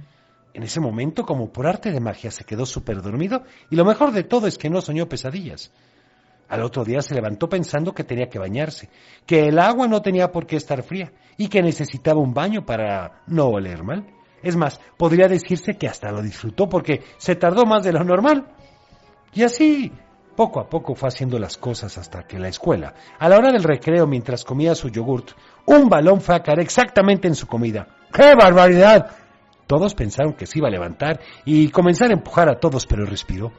Speaker 7: En ese momento, como por arte de magia, se quedó súper dormido y lo mejor de todo es que no soñó pesadillas. Al otro día se levantó pensando que tenía que bañarse, que el agua no tenía por qué estar fría y que necesitaba un baño para no oler mal. Es más, podría decirse que hasta lo disfrutó porque se tardó más de lo normal. Y así, poco a poco fue haciendo las cosas hasta que en la escuela, a la hora del recreo mientras comía su yogurt, un balón fue a caer exactamente en su comida. ¡Qué barbaridad! Todos pensaron que se iba a levantar y comenzar a empujar a todos, pero respiró.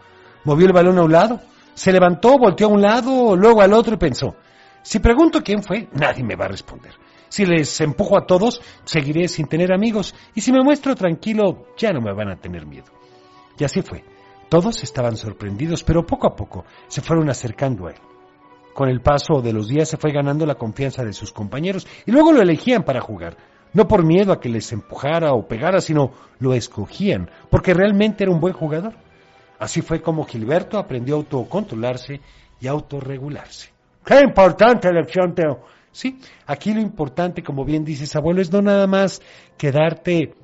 Speaker 7: Movió el balón a un lado, se levantó, volteó a un lado, luego al otro y pensó, si pregunto quién fue, nadie me va a responder. Si les empujo a todos, seguiré sin tener amigos y si me muestro tranquilo, ya no me van a tener miedo. Y así fue. Todos estaban sorprendidos, pero poco a poco se fueron acercando a él. Con el paso de los días se fue ganando la confianza de sus compañeros y luego lo elegían para jugar. No por miedo a que les empujara o pegara, sino lo escogían, porque realmente era un buen jugador. Así fue como Gilberto aprendió a autocontrolarse y autorregularse. ¡Qué importante lección, Teo! Sí, aquí lo importante, como bien dices, abuelo, es no nada más quedarte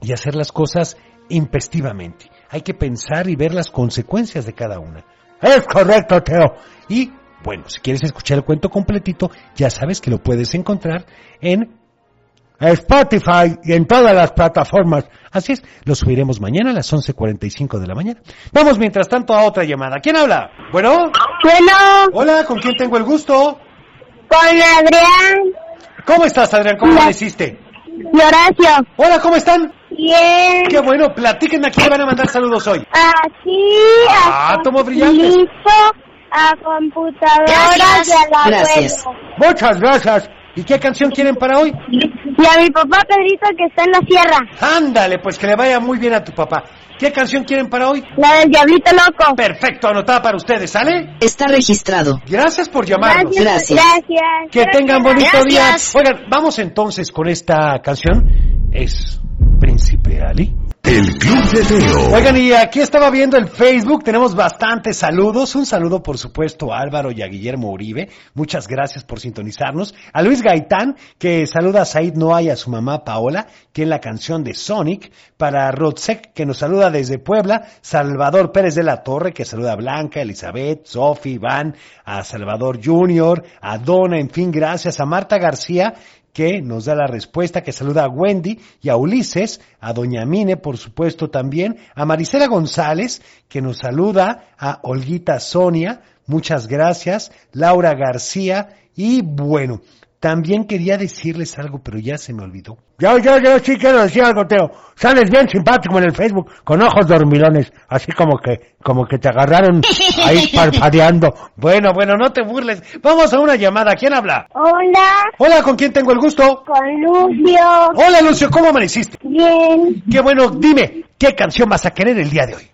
Speaker 7: y hacer las cosas impestivamente. Hay que pensar y ver las consecuencias de cada una. Es correcto, Teo. Y bueno, si quieres escuchar el cuento completito, ya sabes que lo puedes encontrar en Spotify y en todas las plataformas. Así es, lo subiremos mañana a las 11.45 de la mañana. Vamos mientras tanto a otra llamada. ¿Quién habla? Bueno.
Speaker 12: Bueno.
Speaker 7: Hola, ¿con quién tengo el gusto?
Speaker 12: Con Adrián
Speaker 7: ¿Cómo estás, Adrián? ¿Cómo lo hiciste?
Speaker 12: y Horacio.
Speaker 7: Hola, ¿cómo están?
Speaker 12: Bien.
Speaker 7: Qué bueno, platíquenme a quién le van a mandar saludos hoy.
Speaker 12: Aquí.
Speaker 7: Ah,
Speaker 12: a
Speaker 7: tomó brillantes.
Speaker 12: listo, A computadora
Speaker 14: Gracias,
Speaker 12: y al abuelo.
Speaker 14: gracias.
Speaker 7: Muchas gracias. ¿Y qué canción quieren para hoy?
Speaker 12: Y a mi papá Pedrito que está en la sierra.
Speaker 7: Ándale, pues que le vaya muy bien a tu papá. ¿Qué canción quieren para hoy?
Speaker 12: La del Diablito Loco.
Speaker 7: Perfecto, anotada para ustedes, ¿sale?
Speaker 14: Está registrado.
Speaker 7: Gracias por llamarnos.
Speaker 14: Gracias.
Speaker 12: Gracias.
Speaker 7: Que tengan bonito
Speaker 14: Gracias.
Speaker 7: día. Oigan, vamos entonces con esta canción. Es Príncipe Ali.
Speaker 2: El Club de Teo.
Speaker 7: Oigan, y aquí estaba viendo el Facebook, tenemos bastantes saludos. Un saludo, por supuesto, a Álvaro y a Guillermo Uribe. Muchas gracias por sintonizarnos. A Luis Gaitán, que saluda a Said Noah y a su mamá Paola, que es la canción de Sonic. Para Rodsek, que nos saluda desde Puebla. Salvador Pérez de la Torre, que saluda a Blanca, Elizabeth, Sofi, Iván, a Salvador Junior, a Donna, en fin, gracias. A Marta García, que nos da la respuesta, que saluda a Wendy y a Ulises, a Doña Mine, por supuesto, también, a Marisela González, que nos saluda, a Olguita Sonia, muchas gracias, Laura García, y bueno, también quería decirles algo, pero ya se me olvidó.
Speaker 3: Yo, yo, yo sí quiero decir algo, Teo. Sales bien simpático en el Facebook, con ojos dormilones, así como que, como que te agarraron ahí parpadeando.
Speaker 7: Bueno, bueno, no te burles. Vamos a una llamada. ¿Quién habla?
Speaker 12: Hola.
Speaker 7: Hola, ¿con quién tengo el gusto?
Speaker 12: Con Lucio.
Speaker 7: Hola, Lucio, ¿cómo amaneciste?
Speaker 12: Bien.
Speaker 7: Qué bueno, dime, ¿qué canción vas a querer el día de hoy?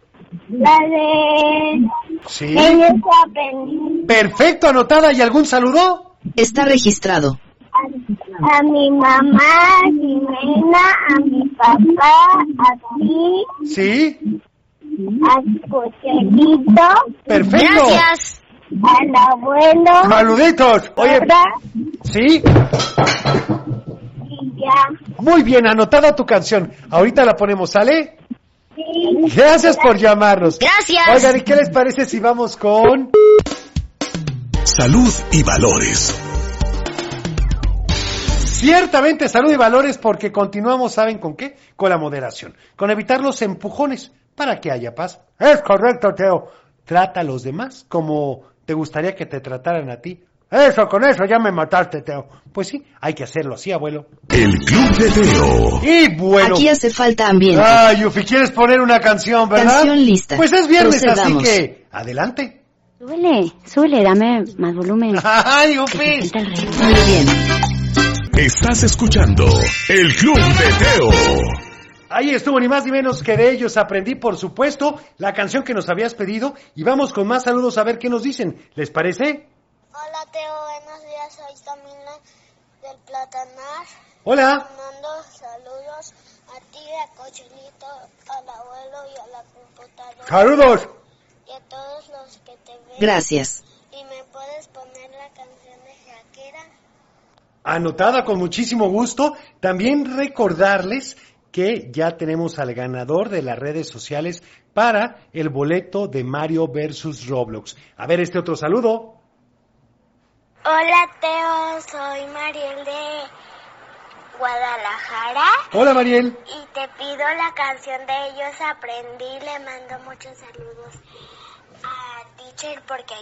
Speaker 12: La de...
Speaker 7: Sí.
Speaker 12: Ella está aprendiendo.
Speaker 7: Perfecto, anotada. ¿Y algún saludo?
Speaker 14: Está registrado.
Speaker 12: A mi mamá, a Jimena, a mi papá, a ti,
Speaker 7: Sí.
Speaker 12: a tu cocherito,
Speaker 7: Perfecto.
Speaker 14: Gracias.
Speaker 12: al abuelo,
Speaker 7: Saluditos. Oye,
Speaker 12: ¿verdad?
Speaker 7: sí.
Speaker 12: y ya.
Speaker 7: Muy bien, anotada tu canción. Ahorita la ponemos, ¿sale?
Speaker 12: Sí.
Speaker 7: Gracias por llamarnos.
Speaker 14: Gracias.
Speaker 7: Oigan, ¿y qué les parece si vamos con...
Speaker 2: Salud y valores.
Speaker 7: Ciertamente, salud y valores, porque continuamos, ¿saben con qué? Con la moderación, con evitar los empujones para que haya paz. Es correcto, Teo. Trata a los demás como te gustaría que te trataran a ti. Eso, con eso ya me mataste, Teo. Pues sí, hay que hacerlo así, abuelo.
Speaker 2: El Club de Teo.
Speaker 7: Y bueno.
Speaker 14: Aquí hace falta ambiente.
Speaker 7: Ay, Yufi, ¿quieres poner una canción, verdad?
Speaker 14: Canción lista.
Speaker 7: Pues es viernes,
Speaker 14: Procedamos.
Speaker 7: así que adelante.
Speaker 8: Súbele, súbele, dame más volumen.
Speaker 7: Ay, Yufi.
Speaker 8: Sienta el ritmo.
Speaker 14: Muy bien.
Speaker 2: Estás escuchando El Club de Teo.
Speaker 7: Ahí estuvo, ni más ni menos que de ellos aprendí, por supuesto, la canción que nos habías pedido. Y vamos con más saludos a ver qué nos dicen. ¿Les parece?
Speaker 13: Hola Teo, buenos días. Soy Camila del Platanar.
Speaker 7: Hola.
Speaker 13: Mando saludos a ti, a Cochinito, al abuelo y a la computadora.
Speaker 7: Saludos.
Speaker 13: Y a todos los que te ven.
Speaker 14: Gracias.
Speaker 13: Y me puedes poner la canción de Shakira.
Speaker 7: Anotada con muchísimo gusto. También recordarles que ya tenemos al ganador de las redes sociales para el boleto de Mario versus Roblox. A ver este otro saludo.
Speaker 13: Hola Teo, soy Mariel de Guadalajara.
Speaker 7: Hola, Mariel.
Speaker 13: Y te pido la canción de ellos aprendí, le mando muchos saludos a Teacher porque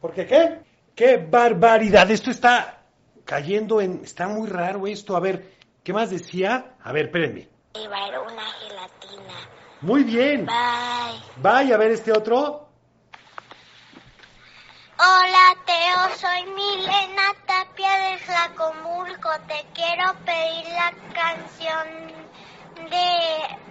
Speaker 7: ¿Por qué qué? ¡Qué barbaridad! Esto está cayendo en... Está muy raro esto. A ver, ¿qué más decía? A ver, espérenme.
Speaker 13: iba a ir una gelatina.
Speaker 7: Muy bien.
Speaker 13: Bye.
Speaker 7: Vaya, a ver este otro.
Speaker 13: Hola Teo, soy Milena Tapia de Tlacomulco. Te quiero pedir la canción de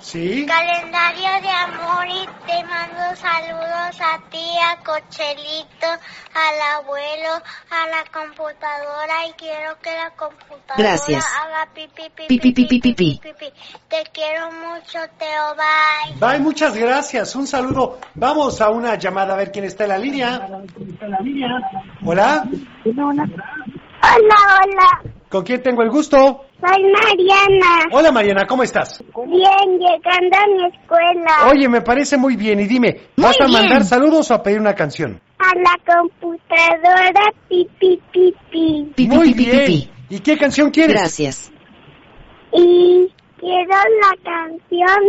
Speaker 3: Sí.
Speaker 13: Calendario de amor y te mando saludos a ti, a Cochelito, al abuelo, a la computadora y quiero que la computadora
Speaker 14: Gracias.
Speaker 13: haga pipi
Speaker 14: Pi, pi, pi, pi, pi, pi.
Speaker 13: Te quiero mucho, Teo, bye.
Speaker 7: Bye, muchas gracias. Un saludo. Vamos a una llamada a ver quién está en la línea. Hola.
Speaker 12: Hola, hola.
Speaker 7: ¿Con quién tengo el gusto?
Speaker 12: Soy Mariana.
Speaker 7: Hola, Mariana, ¿cómo estás?
Speaker 12: Bien, llegando a mi escuela.
Speaker 7: Oye, me parece muy bien. Y dime, ¿vas a
Speaker 12: Muy bien.
Speaker 7: mandar saludos o a pedir una canción?
Speaker 12: A la computadora, pi, pi, pi, pi.
Speaker 7: Muy bien. ¿Y qué canción quieres?
Speaker 14: Gracias.
Speaker 12: Y quiero la canción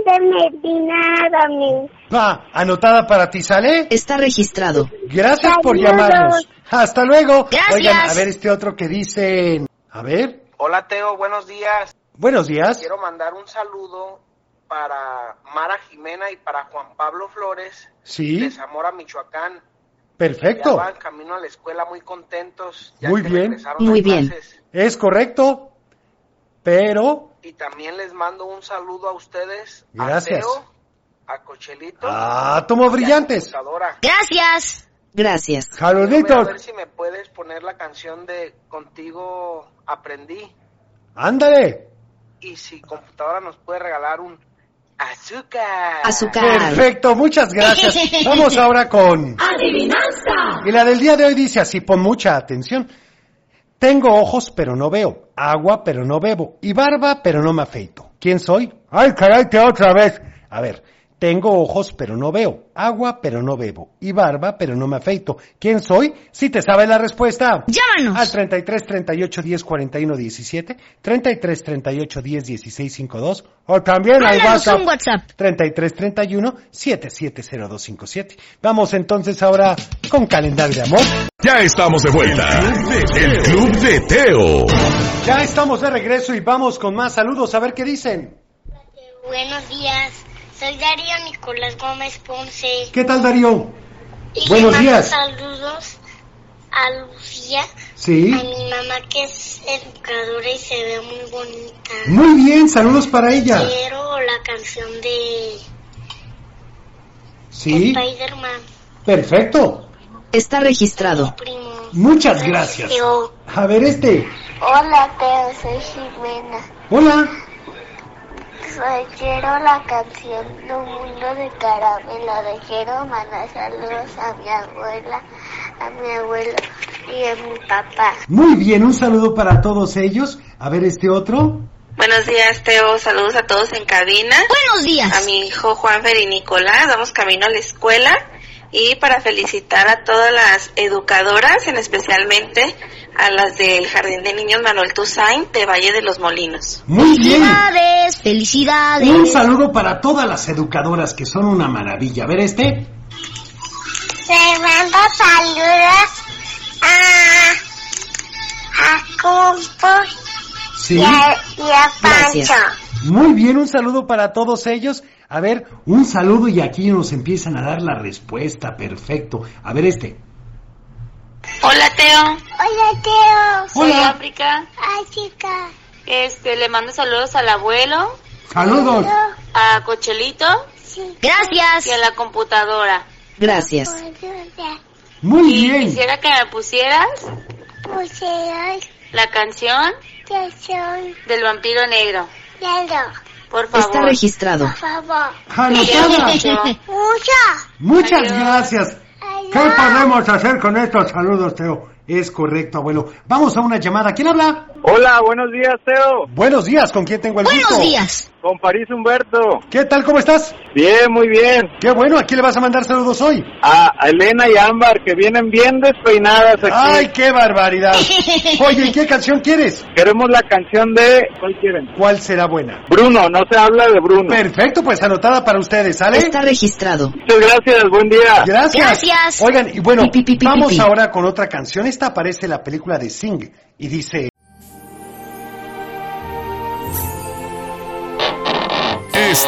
Speaker 12: de Medina Domínguez.
Speaker 7: Va, anotada para ti, ¿sale?
Speaker 14: Está registrado.
Speaker 7: Gracias por
Speaker 12: Saludos.
Speaker 7: llamarnos. Hasta luego.
Speaker 12: Gracias.
Speaker 7: Oigan, a ver este otro que dicen. A ver.
Speaker 20: Hola Teo, buenos días.
Speaker 7: Buenos días.
Speaker 20: Quiero mandar un saludo para Mara Jimena y para Juan Pablo Flores
Speaker 7: Sí,
Speaker 20: de Zamora, Michoacán. Ya
Speaker 7: perfecto.
Speaker 20: van camino a la escuela muy contentos. ya
Speaker 7: Muy
Speaker 20: que
Speaker 7: bien.
Speaker 20: regresaron a clases.
Speaker 7: Es correcto. Pero,
Speaker 20: Y también les mando un saludo a ustedes.
Speaker 7: Gracias.
Speaker 20: A Teo, a Cochelito.
Speaker 7: ah, tomo brillantes.
Speaker 20: Computadora.
Speaker 14: Gracias. Gracias.
Speaker 20: Mira, A
Speaker 7: Saluditos.
Speaker 20: ver si me puedes poner la canción de Contigo Aprendí.
Speaker 7: Ándale.
Speaker 20: Y si computadora nos puede regalar un azúcar.
Speaker 7: Perfecto, muchas gracias. Vamos ahora con...
Speaker 20: Adivinanza.
Speaker 7: Y la del día de hoy dice así, pon mucha atención. Tengo ojos pero no veo, agua pero no bebo y barba pero no me afeito. ¿Quién soy? Ay, caray, que otra vez. A ver, tengo ojos pero no veo, agua pero no bebo y barba pero no me afeito. ¿Quién soy? Si te sabes la respuesta. Llámanos. Al 33 38 10 41 17, 33 38 10 16 52 o también al
Speaker 21: Mándanos
Speaker 7: WhatsApp.
Speaker 21: un WhatsApp.
Speaker 7: 33 31 770257. Vamos entonces ahora con calendario de amor.
Speaker 2: Ya estamos de vuelta. El Club de Teo.
Speaker 7: Ya estamos de regreso y vamos con más saludos a ver qué dicen.
Speaker 13: Buenos días, soy Darío Nicolás Gómez Ponce.
Speaker 7: ¿Qué tal Darío?
Speaker 13: Y le
Speaker 7: Buenos
Speaker 13: mando
Speaker 7: días.
Speaker 13: Saludos a Lucía,
Speaker 7: Sí.
Speaker 13: a mi mamá que es educadora y se ve muy bonita.
Speaker 7: Muy bien, saludos para ella.
Speaker 13: Quiero la canción de
Speaker 7: Sí,
Speaker 13: Spider-Man.
Speaker 7: perfecto.
Speaker 14: Está registrado.
Speaker 7: Muchas gracias.
Speaker 13: Teo.
Speaker 7: A ver este.
Speaker 13: Hola, Teo, soy Jimena.
Speaker 7: Hola.
Speaker 13: quiero la canción Un Mundo de Caramelo. Le quiero mandar saludos a mi abuela, a mi abuelo y a mi papá.
Speaker 7: Muy bien, un saludo para todos ellos. A ver este otro.
Speaker 22: Buenos días, Teo. Saludos a todos en cabina. Buenos días. A mi hijo Juanfer y Nicolás. Vamos camino a la escuela. Y para felicitar a todas las educadoras, en especialmente a las del Jardín de Niños Manuel Toussaint de Valle de los Molinos.
Speaker 7: Muy bien.
Speaker 21: Felicidades, felicidades.
Speaker 7: Un saludo para todas las educadoras que son una maravilla. A ver este.
Speaker 13: Te mando saludos a, a Compo
Speaker 7: Sí.
Speaker 13: y a, y a Pancho.
Speaker 7: Muy bien, un saludo para todos ellos. A ver, un saludo y aquí nos empiezan a dar la respuesta. Perfecto. A ver este.
Speaker 22: Hola, Teo.
Speaker 13: Hola, Teo.
Speaker 22: Soy África.
Speaker 13: Ay, chica.
Speaker 22: Este, le mando saludos al abuelo,
Speaker 7: Saludos.
Speaker 22: a Cochelito. Gracias. Y a la computadora.
Speaker 14: Gracias.
Speaker 7: Muy
Speaker 22: Y quisiera que me pusieras
Speaker 13: Museos
Speaker 22: la canción
Speaker 13: que son
Speaker 22: del vampiro negro.
Speaker 13: hielo.
Speaker 22: Por favor.
Speaker 14: Está registrado.
Speaker 13: Por favor.
Speaker 7: Anotada.
Speaker 13: Mucho.
Speaker 7: Muchas gracias. ¿Qué podemos hacer con estos saludos, Teo? Es correcto, abuelo. Vamos a una llamada. ¿Quién habla?
Speaker 23: Hola, buenos días, Teo.
Speaker 7: Buenos días, ¿con quién tengo el gusto?
Speaker 23: Con París Humberto.
Speaker 7: ¿Qué tal, cómo estás?
Speaker 23: Bien, muy bien.
Speaker 7: Qué bueno, ¿a quién le vas a mandar saludos hoy?
Speaker 23: A a Elena y Ámbar, que vienen bien despeinadas aquí.
Speaker 7: ¡Ay, qué barbaridad! Oye, ¿y ¿qué canción quieres?
Speaker 23: Queremos la canción de... ¿Cuál quieren?
Speaker 7: ¿Cuál será buena?
Speaker 23: Bruno, no se habla de Bruno.
Speaker 7: Perfecto, pues anotada para ustedes, ¿sale?
Speaker 14: Está registrado.
Speaker 23: Muchas gracias, buen día.
Speaker 7: Gracias.
Speaker 14: Gracias.
Speaker 7: Oigan, y bueno,
Speaker 14: Pi, pi, pi, pi,
Speaker 7: vamos
Speaker 14: pi, pi.
Speaker 7: ahora con otra canción. Esta aparece en la película de Sing y dice...
Speaker 2: Es